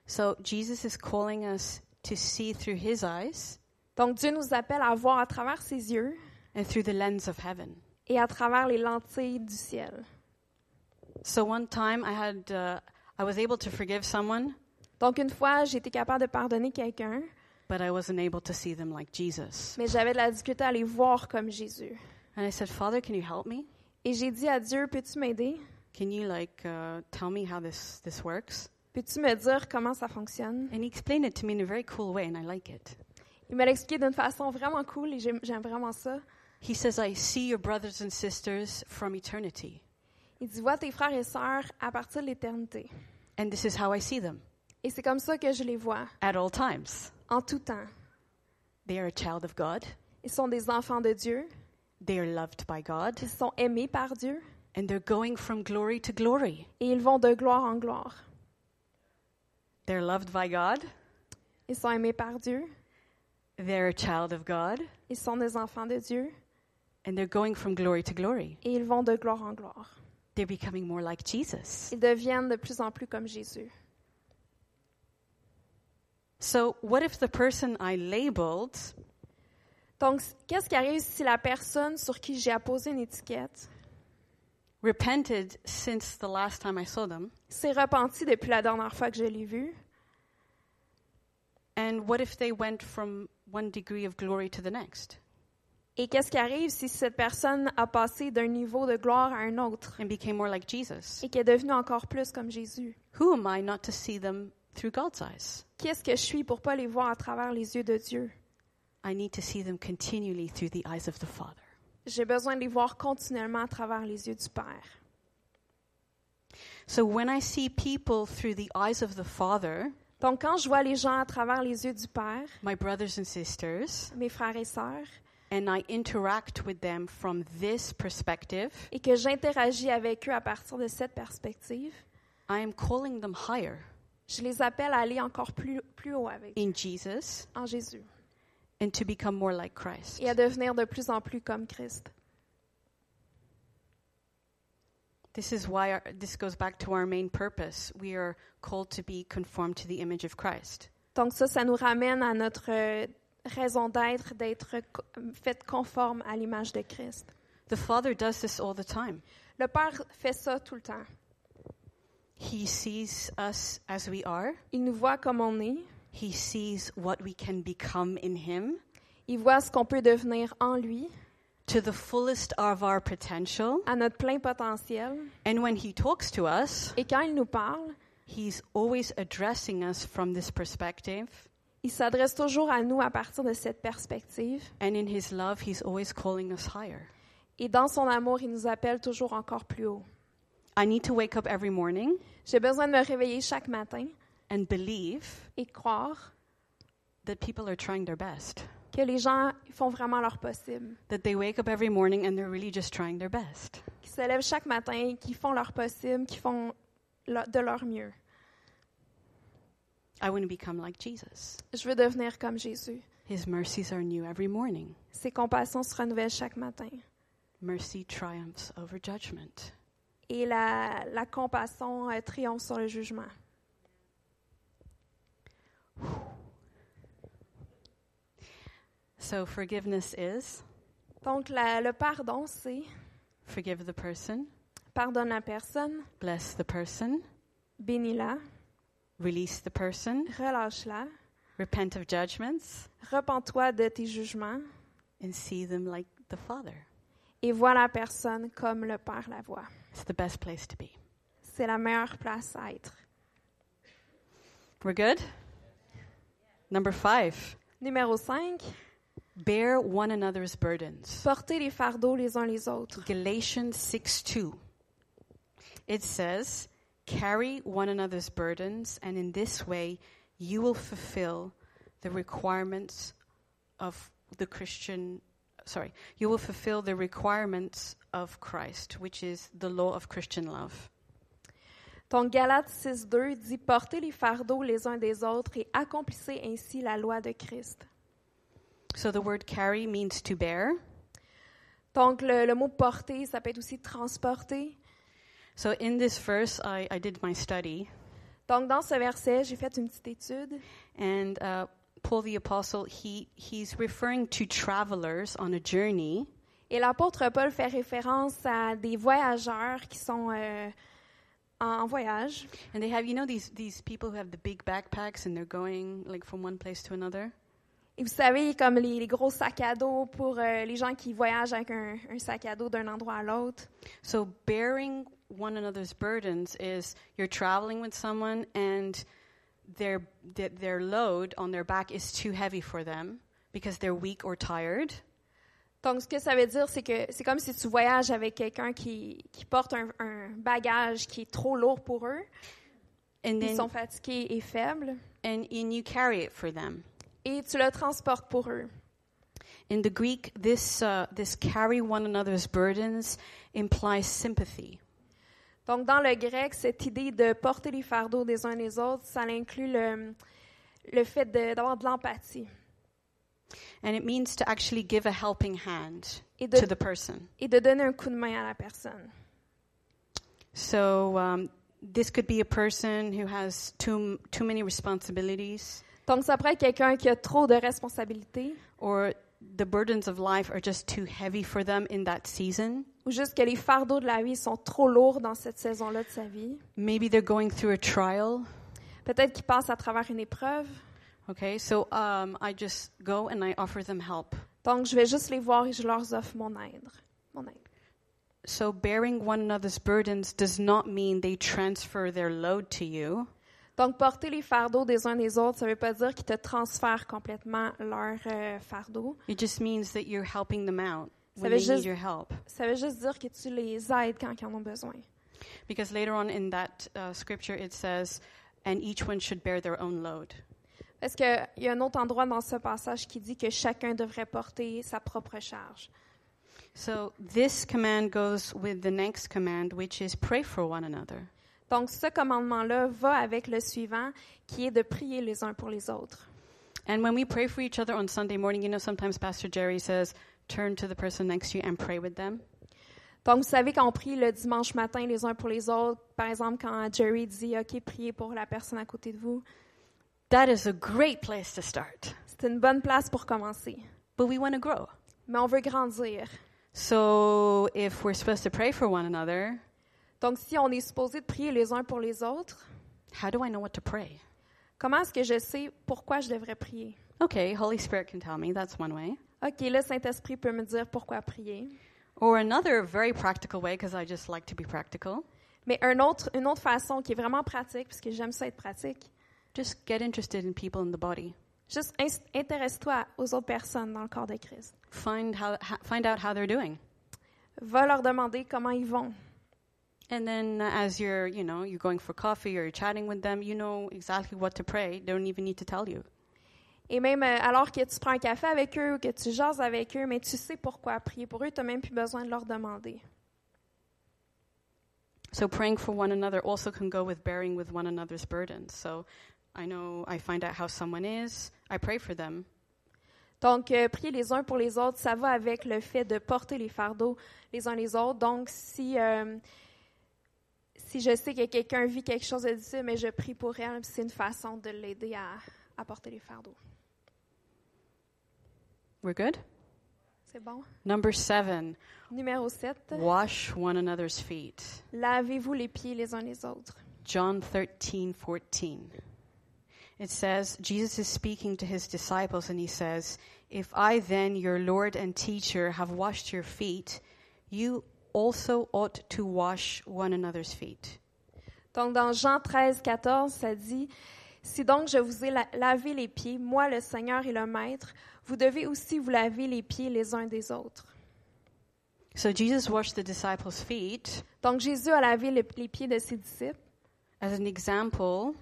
Speaker 1: So Jesus is calling us to see through his eyes
Speaker 2: Donc Dieu nous appelle à voir à travers ses yeux
Speaker 1: and through the lens of heaven.
Speaker 2: et à travers les lentilles du ciel.
Speaker 1: So one time I had, uh, I was able to forgive someone,
Speaker 2: Donc une fois, j'ai été capable de pardonner quelqu'un,
Speaker 1: but I wasn't able to see them like Jesus.
Speaker 2: mais j'avais de la difficulté à les voir comme Jésus.
Speaker 1: And I said, Father, can you help me?
Speaker 2: Et j'ai dit à Dieu, peux-tu m'aider?
Speaker 1: Can you like uh, tell me how this this works?
Speaker 2: Peux-tu me dire comment ça fonctionne?
Speaker 1: And he explained it to me in a very cool way, and I like it.
Speaker 2: Il me l'a expliqué d'une façon vraiment cool et j'aime j'aime vraiment ça.
Speaker 1: He says, I see your brothers and sisters from eternity,
Speaker 2: Il dit, vois tes frères et sœurs à partir de l'éternité.
Speaker 1: and this is how I see them
Speaker 2: Et c'est comme ça que je les vois,
Speaker 1: at all times.
Speaker 2: en tout temps.
Speaker 1: They are a child of God,
Speaker 2: Ils sont des enfants de Dieu,
Speaker 1: they are loved by God,
Speaker 2: ils sont aimés par Dieu,
Speaker 1: and they're going from glory to glory.
Speaker 2: et ils vont de gloire en gloire.
Speaker 1: They're loved by God,
Speaker 2: Ils sont aimés par Dieu,
Speaker 1: they're a child of God,
Speaker 2: ils sont des enfants de Dieu,
Speaker 1: and they're going from glory to glory.
Speaker 2: et ils vont de gloire en gloire.
Speaker 1: They're becoming more like Jesus.
Speaker 2: Ils deviennent de plus en plus comme Jésus.
Speaker 1: So, what if the person I labeled
Speaker 2: Donc, c- qu'est-ce qui arrive si la personne sur qui j'ai apposé une étiquette
Speaker 1: repented since the last time I saw them?
Speaker 2: s'est repentie depuis la dernière fois que je l'ai vue?
Speaker 1: And what if they went from one degree of glory to the next
Speaker 2: Et qu'est-ce qui arrive si cette personne a passé d'un niveau de gloire à un autre
Speaker 1: and became more like Jesus?
Speaker 2: et qu'elle est devenue encore plus comme Jésus?
Speaker 1: Who am I not to see them through God's eyes?
Speaker 2: Qu'est-ce que je suis pour pas les voir à travers les yeux de Dieu?
Speaker 1: I need to see them continually through the eyes of the Father.
Speaker 2: J'ai besoin de les voir continuellement à travers les yeux du Père.
Speaker 1: So when I see people through the eyes of the Father,
Speaker 2: Donc, quand je vois les gens à travers les yeux du Père,
Speaker 1: my brothers and sisters,
Speaker 2: mes frères et sœurs,
Speaker 1: and I interact with them from this perspective,
Speaker 2: et que j'interagis avec eux à partir de cette perspective,
Speaker 1: I am calling them higher
Speaker 2: je les appelle à aller encore plus, plus haut avec
Speaker 1: in Jesus
Speaker 2: en Jésus
Speaker 1: and to become more like Christ.
Speaker 2: et à devenir de plus en plus comme Christ.
Speaker 1: This is why our, this goes back to our main purpose. We are called to be conformed to the image of Christ.
Speaker 2: Donc ça, ça nous ramène à notre euh, raison d'être, d'être co- fait conforme à l'image de Christ.
Speaker 1: The Father does this all the time.
Speaker 2: Le Père fait ça tout le temps.
Speaker 1: He sees us as we are.
Speaker 2: Il nous voit comme on est,
Speaker 1: He sees what we can become in Him
Speaker 2: il voit ce qu'on peut devenir en lui,
Speaker 1: to the fullest of our potential.
Speaker 2: à notre plein potentiel.
Speaker 1: And when He talks to us,
Speaker 2: Et quand il nous parle,
Speaker 1: He's always addressing us from this perspective.
Speaker 2: il s'adresse toujours à nous à partir de cette perspective.
Speaker 1: And in His love, He's always calling us higher.
Speaker 2: Et dans son amour, il nous appelle toujours encore plus haut.
Speaker 1: I need to wake up every morning
Speaker 2: J'ai besoin de me réveiller chaque matin
Speaker 1: and believe
Speaker 2: et croire
Speaker 1: that people are trying their best.
Speaker 2: que les gens font vraiment leur possible,
Speaker 1: That they wake up every morning and they're really just trying their best.
Speaker 2: qui se lèvent chaque matin, qui font leur possible, qui font le- de leur mieux.
Speaker 1: I want to become like Jesus.
Speaker 2: Je veux devenir comme Jésus.
Speaker 1: His mercies are new every morning.
Speaker 2: Ses compassions se renouvellent chaque matin.
Speaker 1: Mercy triumphs over judgment.
Speaker 2: Et la, la compassion euh, triomphe sur le jugement.
Speaker 1: So forgiveness is
Speaker 2: Donc, la- le pardon, c'est
Speaker 1: forgive the person,
Speaker 2: pardonne la personne,
Speaker 1: bless the person,
Speaker 2: bénis-la,
Speaker 1: release the person,
Speaker 2: relâche-la,
Speaker 1: repent of judgments,
Speaker 2: repens-toi de tes jugements
Speaker 1: and see them like the Father.
Speaker 2: et vois la personne comme le Père la voit.
Speaker 1: It's the best place to be.
Speaker 2: C'est la meilleure place à être.
Speaker 1: We're good? Number five,
Speaker 2: Numéro 5,
Speaker 1: bear one another's burdens.
Speaker 2: porter les fardeaux les uns les autres.
Speaker 1: Galatians 6 2. It says, Carry one another's burdens, and in this way you will fulfill the requirements of the Christian. Sorry, you will fulfill the requirements of Christ, which is the law of Christian love.
Speaker 2: Donc Galates 6.2 dit « Portez les fardeaux les uns des autres et accomplissez ainsi la loi de Christ.
Speaker 1: So the word carry means to bear. »
Speaker 2: Donc le, le mot « porter », ça peut être aussi « transporter
Speaker 1: So in this verse, I, I did my study, ».
Speaker 2: Donc dans ce verset, j'ai fait une petite étude
Speaker 1: and uh, Paul the Apostle, he, he's referring to travelers on a journey.
Speaker 2: et l'apôtre Paul fait référence à des voyageurs qui sont euh, en, en voyage.
Speaker 1: And they have, you know, these these people who have the big backpacks and they're going like from one place to another.
Speaker 2: Et vous savez, comme les, les gros sacs à dos pour euh, les gens qui voyagent avec un, un sac à dos d'un endroit à l'autre.
Speaker 1: So bearing one another's burdens is you're traveling with someone and their th- their load on their back is too heavy for them because they're weak or tired.
Speaker 2: Donc, ce que ça veut dire, c'est que c'est comme si tu voyages avec quelqu'un qui, qui porte un, un bagage qui est trop lourd pour eux.
Speaker 1: And
Speaker 2: Ils
Speaker 1: then
Speaker 2: sont fatigués et faibles.
Speaker 1: and, and you carry it for them.
Speaker 2: Et tu le transportes pour eux.
Speaker 1: In the Greek, this uh, this carry one another's burdens implies sympathy.
Speaker 2: Donc, dans le grec, cette idée de porter les fardeaux des uns des autres, ça inclut le, le fait de- d'avoir de, l'empathie
Speaker 1: And it means to actually give a helping hand
Speaker 2: et de,
Speaker 1: to the person.
Speaker 2: et de donner un coup de main à la personne.
Speaker 1: So um, this could be a person who has too too many responsibilities,
Speaker 2: Donc, ça pourrait être quelqu'un qui a trop de responsabilités
Speaker 1: or the burdens of life are just too heavy for them in that season.
Speaker 2: ou juste que les fardeaux de la vie sont trop lourds dans cette saison-là de sa vie.
Speaker 1: Maybe they're going through a trial.
Speaker 2: Peut-être qu'il passe à travers une épreuve.
Speaker 1: Okay, so um, I just go and I offer them help.
Speaker 2: Donc, je vais juste les voir et je leur offre mon aide. Mon aide.
Speaker 1: So bearing one another's burdens does not mean they transfer their load to you.
Speaker 2: Donc, porter les fardeaux des uns des autres, ça ne veut pas dire qu'ils te transfèrent complètement leur euh, fardeau.
Speaker 1: It just means that you're helping them out
Speaker 2: Ça
Speaker 1: when
Speaker 2: veut
Speaker 1: they need
Speaker 2: juste-
Speaker 1: your help.
Speaker 2: Ça veut juste dire que tu les aides quand ils en ont besoin.
Speaker 1: Because later on in that uh, scripture it says, and each one should bear their own load.
Speaker 2: Parce qu'il y a un autre endroit dans ce passage qui dit que chacun devrait porter sa propre charge.
Speaker 1: So this command goes with the next command, which is pray for one another.
Speaker 2: Donc, ce commandement-là va avec le suivant, qui est de prier les uns pour les autres.
Speaker 1: And when we pray for each other on Sunday morning, you know, sometimes Pastor Jerry says, turn to the person next to you and pray with them.
Speaker 2: Donc, vous savez qu'on prie le dimanche matin les uns pour les autres. Par exemple, quand Jerry dit OK, priez pour la personne à côté de vous.
Speaker 1: That is a great place to start.
Speaker 2: C'est une bonne place pour commencer.
Speaker 1: But we want to grow.
Speaker 2: Mais on veut grandir.
Speaker 1: So if we're supposed to pray for one another,
Speaker 2: Donc, si on est supposé de prier les uns pour les autres,
Speaker 1: how do I know what to pray?
Speaker 2: comment est-ce que je sais pourquoi je devrais prier?
Speaker 1: Okay, Holy Spirit can tell me. That's one way.
Speaker 2: OK, le Saint-Esprit peut me dire pourquoi prier.
Speaker 1: Or another very practical way, because I just like to be practical,
Speaker 2: Mais un autre, une autre façon qui est vraiment pratique, parce que j'aime ça être pratique,
Speaker 1: just get interested in people in the body.
Speaker 2: juste ins- intéresse-toi aux autres personnes dans le corps de Christ.
Speaker 1: Find, how, ha, find out how they're doing.
Speaker 2: Va leur demander comment ils vont.
Speaker 1: And then uh, as you're, you know, you're going for coffee or you're chatting with them, you know exactly what to pray. They don't even need to tell you.
Speaker 2: Et même euh, alors que tu prends un café avec eux ou que tu jases avec eux, mais tu sais pourquoi prier pour eux, tu n'as même plus besoin de leur demander.
Speaker 1: So praying for one another also can go with bearing with one another's burdens. So I know I find out how someone is, I pray for them.
Speaker 2: Donc, euh, prier les uns pour les autres, ça va avec le fait de porter les fardeaux les uns les autres. Donc, si, euh, si je sais que quelqu'un vit quelque chose de difficile, mais je prie pour elle, c'est une façon de l'aider à, à porter les fardeaux.
Speaker 1: We're good?
Speaker 2: C'est bon?
Speaker 1: Number seven,
Speaker 2: Numéro 7.
Speaker 1: wash one another's feet.
Speaker 2: Lavez-vous les pieds les uns les autres.
Speaker 1: John 13, 14. It says, Jesus is speaking to his disciples and he says, If I then, your Lord and teacher, have washed your feet, you also ought to wash one another's feet.
Speaker 2: Donc, dans Jean 13, 14, ça dit Si donc je vous ai la- lavé les pieds, moi le Seigneur et le Maître, vous devez aussi vous laver les pieds les uns des autres.
Speaker 1: So Jesus washed the disciples' feet
Speaker 2: Donc, Jésus a lavé le- les pieds de ses disciples,
Speaker 1: as an example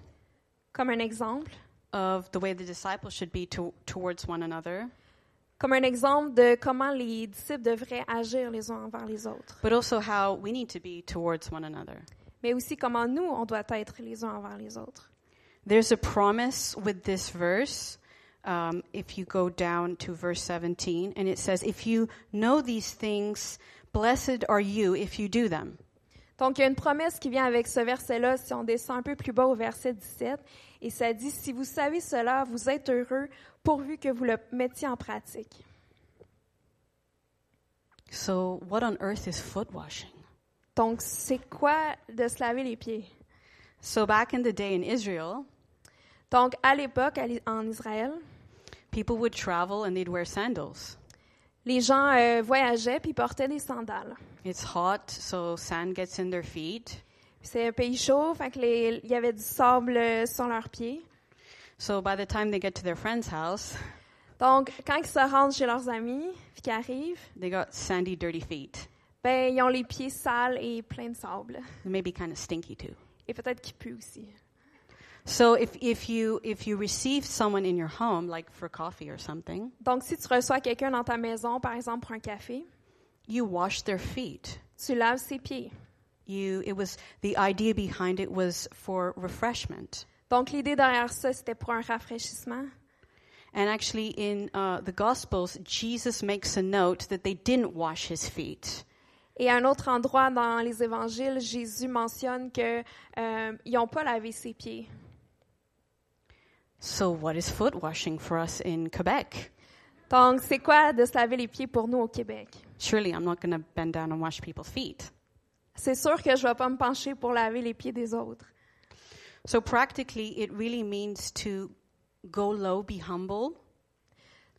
Speaker 2: comme un exemple,
Speaker 1: of the way the disciples should be to, towards one another,
Speaker 2: comme un exemple de comment les disciples devraient agir les uns envers les autres,
Speaker 1: but also how we need to be towards one another.
Speaker 2: mais aussi comment nous, on doit être les uns envers les autres.
Speaker 1: There's a promise with this verse. Um, if you go down to verse 17, and it says, If you know these things, blessed are you if you do them.
Speaker 2: Donc, il y a une promesse qui vient avec ce verset-là, si on descend un peu plus bas au verset 17, et ça dit, si vous savez cela, vous êtes heureux, pourvu que vous le mettiez en pratique.
Speaker 1: So, what on earth is foot washing?
Speaker 2: Donc, c'est quoi de se laver les pieds?
Speaker 1: So, back in the day in Israel,
Speaker 2: Donc, à l'époque, à l'I- en Israël,
Speaker 1: People would travel and they'd wear sandals.
Speaker 2: Les gens euh, voyageaient puis portaient des sandales.
Speaker 1: It's hot, so sand gets in their feet.
Speaker 2: C'est un pays chaud, fait que les- il y avait du sable euh, sur leurs pieds.
Speaker 1: So by the time they get to their friend's house,
Speaker 2: Donc, quand ils se rendent chez leurs amis, puis qu'ils arrivent,
Speaker 1: they got sandy, dirty feet.
Speaker 2: ben, ils ont les pieds sales et pleins de sable.
Speaker 1: Maybe kind of stinky too.
Speaker 2: Et peut-être qu'ils puent aussi.
Speaker 1: So if, if you if you receive someone in your home, like for coffee or something,
Speaker 2: Donc, si tu reçois quelqu'un dans ta maison, par exemple pour un café,
Speaker 1: you wash their feet.
Speaker 2: tu laves ses pieds.
Speaker 1: You it was the idea behind it was for refreshment.
Speaker 2: Donc, l'idée derrière ça, c'était pour un rafraîchissement.
Speaker 1: And actually, in uh, the Gospels, Jesus makes a note that they didn't wash his feet.
Speaker 2: Et à un autre endroit dans les évangiles, Jésus mentionne que euh, ils n'ont pas lavé ses pieds.
Speaker 1: So, what is foot washing for us in Quebec?
Speaker 2: Donc, c'est quoi de se laver les pieds pour nous au Québec?
Speaker 1: Surely, I'm not going to bend down and wash people's feet.
Speaker 2: C'est sûr que je ne vais pas me pencher pour laver les pieds des autres.
Speaker 1: So, practically, it really means to go low, be humble,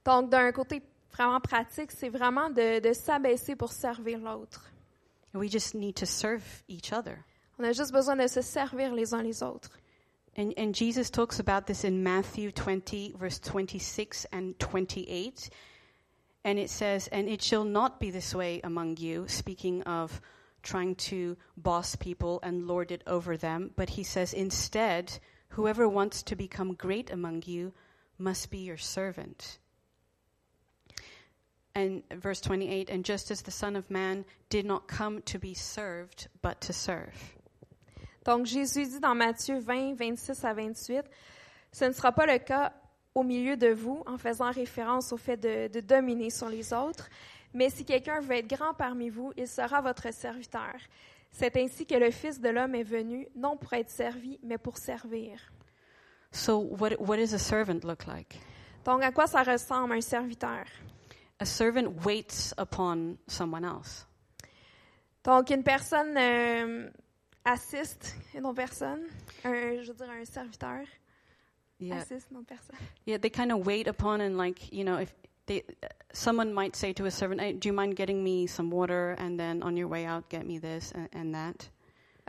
Speaker 2: Donc, d'un côté vraiment pratique, c'est vraiment de, de s'abaisser pour servir l'autre.
Speaker 1: and we just need to serve each other.
Speaker 2: On a juste besoin de se servir les uns les autres.
Speaker 1: And, and Jesus talks about this in Matthew 20, verse 26 and 28. And it says, And it shall not be this way among you, speaking of trying to boss people and lord it over them. But he says, Instead, whoever wants to become great among you must be your servant. And verse 28 And just as the Son of Man did not come to be served, but to serve.
Speaker 2: Donc, Jésus dit dans Matthieu 20, 26 à 28, Ce ne sera pas le cas au milieu de vous, en faisant référence au fait de, de dominer sur les autres, mais si quelqu'un veut être grand parmi vous, il sera votre serviteur. C'est ainsi que le Fils de l'homme est venu, non pour être servi, mais pour servir.
Speaker 1: So, what, what does a servant look like?
Speaker 2: Donc, à quoi ça ressemble un serviteur?
Speaker 1: A servant waits upon someone else.
Speaker 2: Donc, une personne euh, assiste une autre personne, un, je veux dire un serviteur
Speaker 1: Yeah,
Speaker 2: assiste une autre personne.
Speaker 1: yeah. They kind of wait upon and like you know, if they, someone might say to a servant, hey, "Do you mind getting me some water?" And then on your way out, get me this and, and that.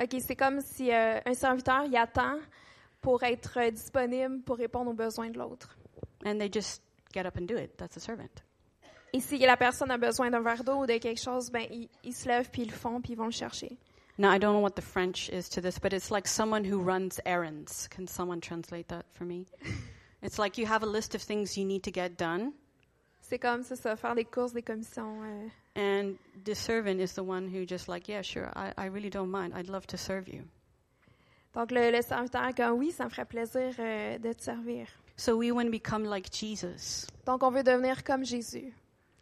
Speaker 2: OK, c'est comme si euh, un serviteur y attend pour être euh, disponible pour répondre aux besoins de l'autre.
Speaker 1: And they just get up and do it. That's a servant.
Speaker 2: Et si la personne a besoin d'un verre d'eau ou de quelque chose, ben ils, ils se lèvent puis ils le font puis ils vont le chercher.
Speaker 1: Now I don't know what the French is to this, but it's like someone who runs errands. Can someone translate that for me? it's like you have a list of things you need to get done,
Speaker 2: C'est comme c'est ça, faire des courses, des commissions. euh.
Speaker 1: and the servant is the one who just like, yeah, sure, I, I really don't mind. I'd love to serve you.
Speaker 2: Donc le, le serviteur dit oui, ça me ferait plaisir euh, de te servir.
Speaker 1: So we want to become like Jesus
Speaker 2: Donc on veut devenir comme Jésus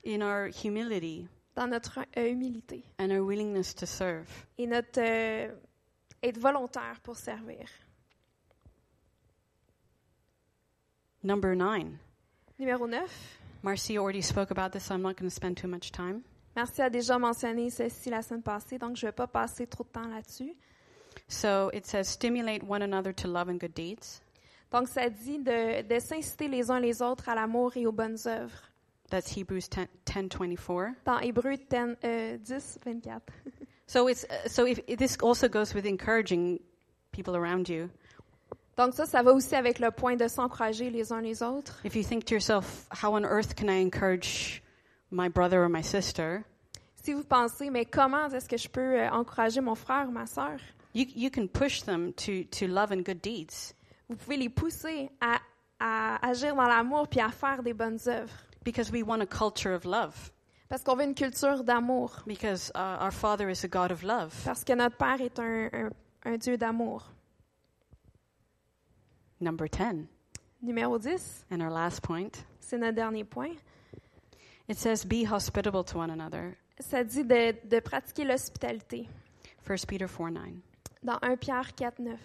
Speaker 1: in our humility
Speaker 2: dans notre euh, humilité
Speaker 1: and our willingness to serve.
Speaker 2: et notre euh, être volontaire pour servir.
Speaker 1: Number nine.
Speaker 2: Numéro 9.
Speaker 1: Marcia already spoke about this, so I'm not going to spend too much time.
Speaker 2: Merci a déjà mentionné ceci la semaine passée, donc je ne vais pas passer trop de temps là-dessus.
Speaker 1: So it says, stimulate one another to love and good deeds.
Speaker 2: Donc, ça dit de, de s'inciter les uns les autres à l'amour et aux bonnes œuvres.
Speaker 1: That's Hebrews 10, 24.
Speaker 2: Dans Hébreu 10, euh, 10, 24.
Speaker 1: So it's uh, so if, if this also goes with encouraging people around you.
Speaker 2: Donc, ça, ça va aussi avec le point de s'encourager les uns les autres.
Speaker 1: If you think to yourself, how on earth can I encourage my brother or my sister?
Speaker 2: Si vous pensez, mais comment est-ce que je peux euh, encourager mon frère ou ma sœur?
Speaker 1: You, you can push them to, to love and good deeds.
Speaker 2: Vous pouvez les pousser à, à agir dans l'amour puis à faire des bonnes œuvres.
Speaker 1: Because we want a culture of love.
Speaker 2: Parce qu'on veut une culture d'amour.
Speaker 1: Because uh, our Father is a God of love.
Speaker 2: Parce que notre Père est un, un- un Dieu d'amour.
Speaker 1: Number 10.
Speaker 2: Numéro 10,
Speaker 1: And our last point
Speaker 2: c'est notre dernier point.
Speaker 1: it says, Be hospitable to one another.
Speaker 2: Ça dit de, de pratiquer l'hospitalité
Speaker 1: 1 Peter 4 9.
Speaker 2: dans 1 Pierre 4, 9.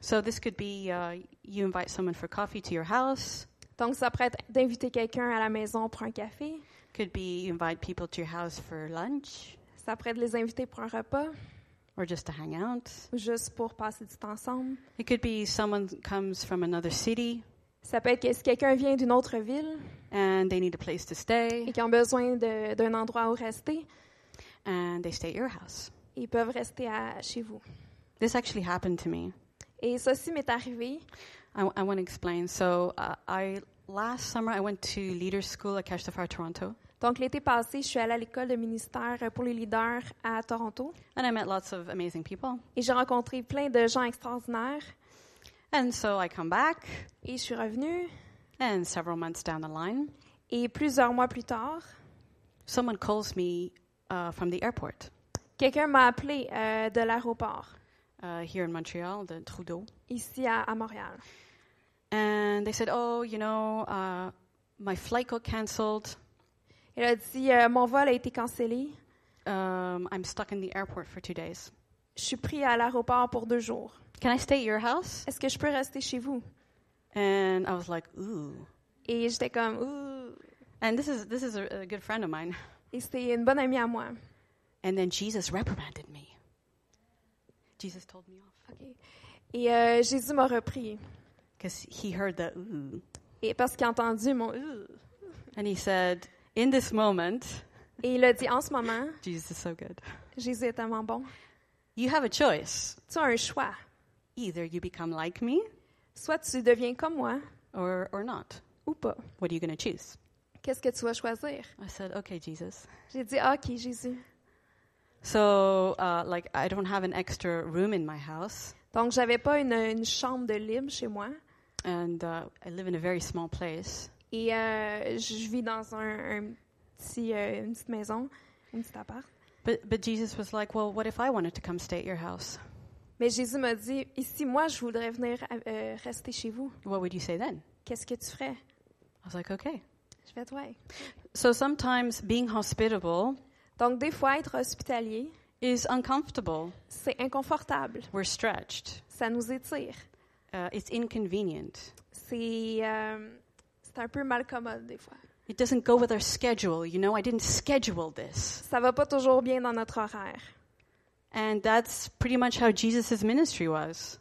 Speaker 1: So this could be uh, you invite someone for coffee to your house,
Speaker 2: Donc, ça pourrait être d'inviter quelqu'un à la maison pour un café.
Speaker 1: could be you invite people to your house for lunch
Speaker 2: Ça pourrait être les inviter pour un repas
Speaker 1: or just to hang out.
Speaker 2: ou juste pour passer du temps ensemble.
Speaker 1: It could be someone comes from another city
Speaker 2: Ça peut être que si quelqu'un vient d'une autre ville
Speaker 1: and they need a place to
Speaker 2: et
Speaker 1: stay,
Speaker 2: qui ont besoin de- d'un endroit où rester,
Speaker 1: and they stay at your house.
Speaker 2: ils peuvent rester à, chez vous.
Speaker 1: This actually happened to me.
Speaker 2: Et ceci m'est arrivé.
Speaker 1: I, want to explain. So, uh, I last summer I went to leader school at Kashtafar Toronto,
Speaker 2: Donc l'été passé, je suis allée à l'école de ministère pour les leaders à Toronto
Speaker 1: and I met lots of amazing people.
Speaker 2: et j'ai rencontré plein de gens extraordinaires.
Speaker 1: And so I come back,
Speaker 2: Et je suis revenue
Speaker 1: and several months down the line,
Speaker 2: et plusieurs mois plus tard,
Speaker 1: someone calls me uh, from the airport
Speaker 2: quelqu'un m'a appelé euh, de l'aéroport
Speaker 1: uh, here in Montreal, the Trudeau,
Speaker 2: ici à, à Montréal.
Speaker 1: and they said, "Oh, you know, uh, my flight got cancelled.
Speaker 2: Elle a dit euh, mon vol a été cancellé.
Speaker 1: Um, I'm stuck in the airport for two days.
Speaker 2: Je suis pris à l'aéroport pour deux jours.
Speaker 1: Can I stay at your house?"
Speaker 2: Est-ce que je peux rester chez vous
Speaker 1: And I was like, "Ooh."
Speaker 2: Et j'étais comme ouh.
Speaker 1: And this is this is a, a good friend of mine.
Speaker 2: Et c'était une bonne amie à moi.
Speaker 1: And then Jesus reprimanded me. Jesus told me off
Speaker 2: Ok. Et euh, Jésus m'a repris
Speaker 1: because he heard the ooh.
Speaker 2: et parce qu'il a entendu mon ouh.
Speaker 1: And he said, In this moment,
Speaker 2: Et il a dit en ce moment,
Speaker 1: Jesus is so good.
Speaker 2: Jésus est tellement bon.
Speaker 1: You have a choice.
Speaker 2: Tu as un choix.
Speaker 1: Either you become like me
Speaker 2: Soit tu deviens comme moi
Speaker 1: or, or not.
Speaker 2: ou pas.
Speaker 1: What are you going to choose?
Speaker 2: Qu'est-ce que tu vas choisir
Speaker 1: I said, Okay, Jesus.
Speaker 2: J'ai dit Ah, ok Jésus.
Speaker 1: So, uh, like, I don't have an extra room in my house.
Speaker 2: Donc j'avais pas une, une chambre de libre chez moi
Speaker 1: And uh, I live in a very small place.
Speaker 2: et euh, je vis dans un, un petit euh, une petite maison, un petit appart.
Speaker 1: But, but Jesus was like, Well, what if I wanted to come stay at your house?
Speaker 2: Mais Jésus m'a dit ici moi je voudrais venir euh, rester chez vous.
Speaker 1: What would you say then?
Speaker 2: Qu'est-ce que tu ferais
Speaker 1: I was like, Okay.
Speaker 2: Je vais te ouais.
Speaker 1: So sometimes being hospitable
Speaker 2: Donc des fois être hospitalier,
Speaker 1: is uncomfortable.
Speaker 2: c'est inconfortable,
Speaker 1: We're stretched.
Speaker 2: ça nous étire,
Speaker 1: Uh, it's inconvenient.
Speaker 2: c'est euh, c'est un peu mal commode des fois.
Speaker 1: It doesn't go with our schedule. You know, I didn't schedule this.
Speaker 2: Ça va pas toujours bien dans notre horaire.
Speaker 1: And that's pretty much how Jesus' ministry was.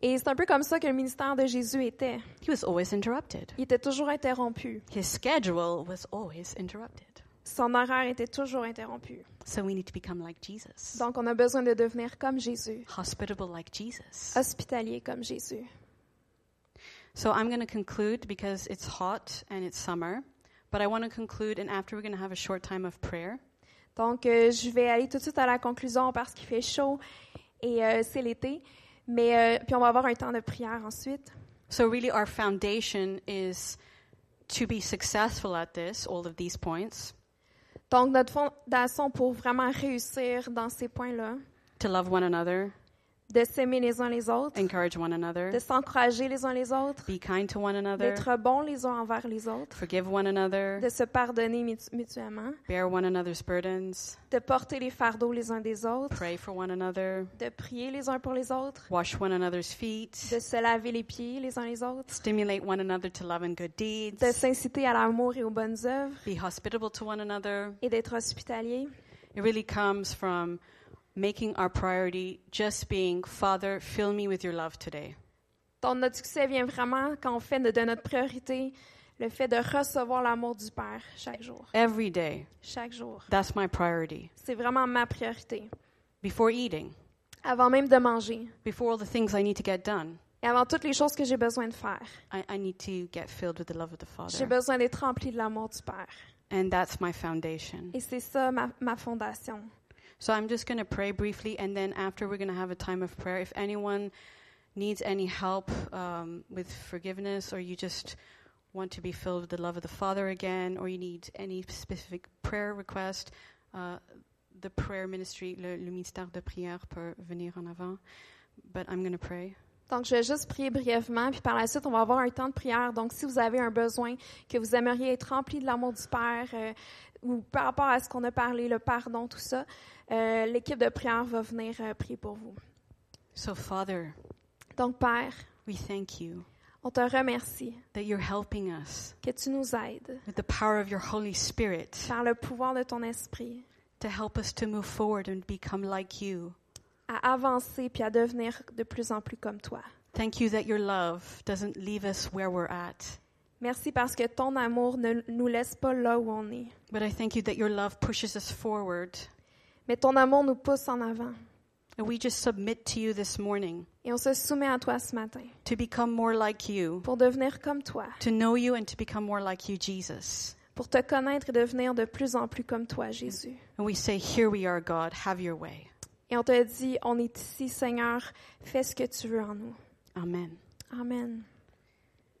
Speaker 2: Et c'est un peu comme ça que le ministère de Jésus était.
Speaker 1: He was always interrupted.
Speaker 2: Il était toujours interrompu.
Speaker 1: His schedule was always interrupted.
Speaker 2: Son horaire était toujours interrompu.
Speaker 1: So we need to become like Jesus,
Speaker 2: Donc on a besoin de devenir comme Jésus,
Speaker 1: hospitable like Jesus.
Speaker 2: hospitalier comme Jésus.
Speaker 1: So I'm going to conclude because it's hot and it's summer. But I want to conclude, and after we're going to have a short time of prayer.
Speaker 2: Donc euh, je vais aller tout de suite à la conclusion parce qu'il fait chaud et euh, c'est l'été. Mais euh, puis on va avoir un temps de prière ensuite.
Speaker 1: So, really, our foundation is to be successful at this, all of these points,
Speaker 2: Donc, notre fondation pour vraiment réussir dans ces points-là,
Speaker 1: to love one another,
Speaker 2: de s'aimer les uns les autres,
Speaker 1: encourage one
Speaker 2: de
Speaker 1: another,
Speaker 2: s'encourager les uns les autres,
Speaker 1: be kind to one another,
Speaker 2: d'être bons les uns envers les autres,
Speaker 1: forgive one another,
Speaker 2: de se pardonner mutu- mutuellement,
Speaker 1: bear one another's burdens,
Speaker 2: de porter les fardeaux les uns des autres,
Speaker 1: pray for one another,
Speaker 2: de prier les uns pour les autres,
Speaker 1: wash one another's
Speaker 2: de
Speaker 1: feet,
Speaker 2: se laver les pieds les uns les autres,
Speaker 1: stimulate one another to love and good deeds,
Speaker 2: de s'inciter à l'amour et aux bonnes œuvres
Speaker 1: be hospitable to one another.
Speaker 2: et d'être hospitalier.
Speaker 1: It really comes from making our priority just being, Father, fill me with your love today.
Speaker 2: Donc, notre succès vient vraiment quand on fait de, de notre priorité le fait de recevoir l'amour du Père chaque jour.
Speaker 1: Every day,
Speaker 2: Chaque jour.
Speaker 1: that's my priority.
Speaker 2: C'est vraiment ma priorité.
Speaker 1: Before eating,
Speaker 2: avant même de manger
Speaker 1: before all the things I need to get done,
Speaker 2: et avant toutes les choses que j'ai besoin de faire.
Speaker 1: I, I need to get filled with the love of the
Speaker 2: J'ai
Speaker 1: Father.
Speaker 2: besoin d'être rempli de l'amour du Père.
Speaker 1: And that's my foundation.
Speaker 2: Et c'est ça ma, ma fondation.
Speaker 1: So I'm just going to pray briefly, and then after we're going to have a time of prayer. If anyone needs any help um, with forgiveness, or you just want to be filled with the love of the Father again, or you need any specific prayer request, uh, the prayer ministry, le, le ministère de prière, peut venir en avant. But I'm going to pray.
Speaker 2: Donc, je vais juste prier brièvement, puis par la suite, on va avoir un temps de prière. Donc, si vous avez un besoin, que vous aimeriez être rempli de l'amour du Père, euh, ou par rapport à ce qu'on a parlé, le pardon, tout ça, euh, l'équipe de prière va venir euh, prier pour vous.
Speaker 1: So, Father,
Speaker 2: Donc, Père,
Speaker 1: we thank you
Speaker 2: on te remercie
Speaker 1: that you're helping us.
Speaker 2: que tu nous aides
Speaker 1: with the power of your Holy Spirit
Speaker 2: par le pouvoir de ton esprit
Speaker 1: to help us to move forward and become like you.
Speaker 2: à avancer puis à devenir de plus en plus comme toi.
Speaker 1: Thank you that your love doesn't leave us where we're at,
Speaker 2: Merci parce que ton amour ne nous laisse pas là où on est.
Speaker 1: but I thank you that your love pushes us forward.
Speaker 2: Mais ton amour nous pousse en avant.
Speaker 1: And we just submit to you this morning
Speaker 2: Et on se soumet à toi ce matin
Speaker 1: to become more like you,
Speaker 2: pour devenir comme toi,
Speaker 1: to know you and to become more like you, Jesus.
Speaker 2: pour te connaître et devenir de plus en plus comme toi, Jésus.
Speaker 1: And we say, Here we are, God, have your way.
Speaker 2: Et on te dit, on est ici, Seigneur, fais ce que tu veux en nous.
Speaker 1: Amen.
Speaker 2: Amen.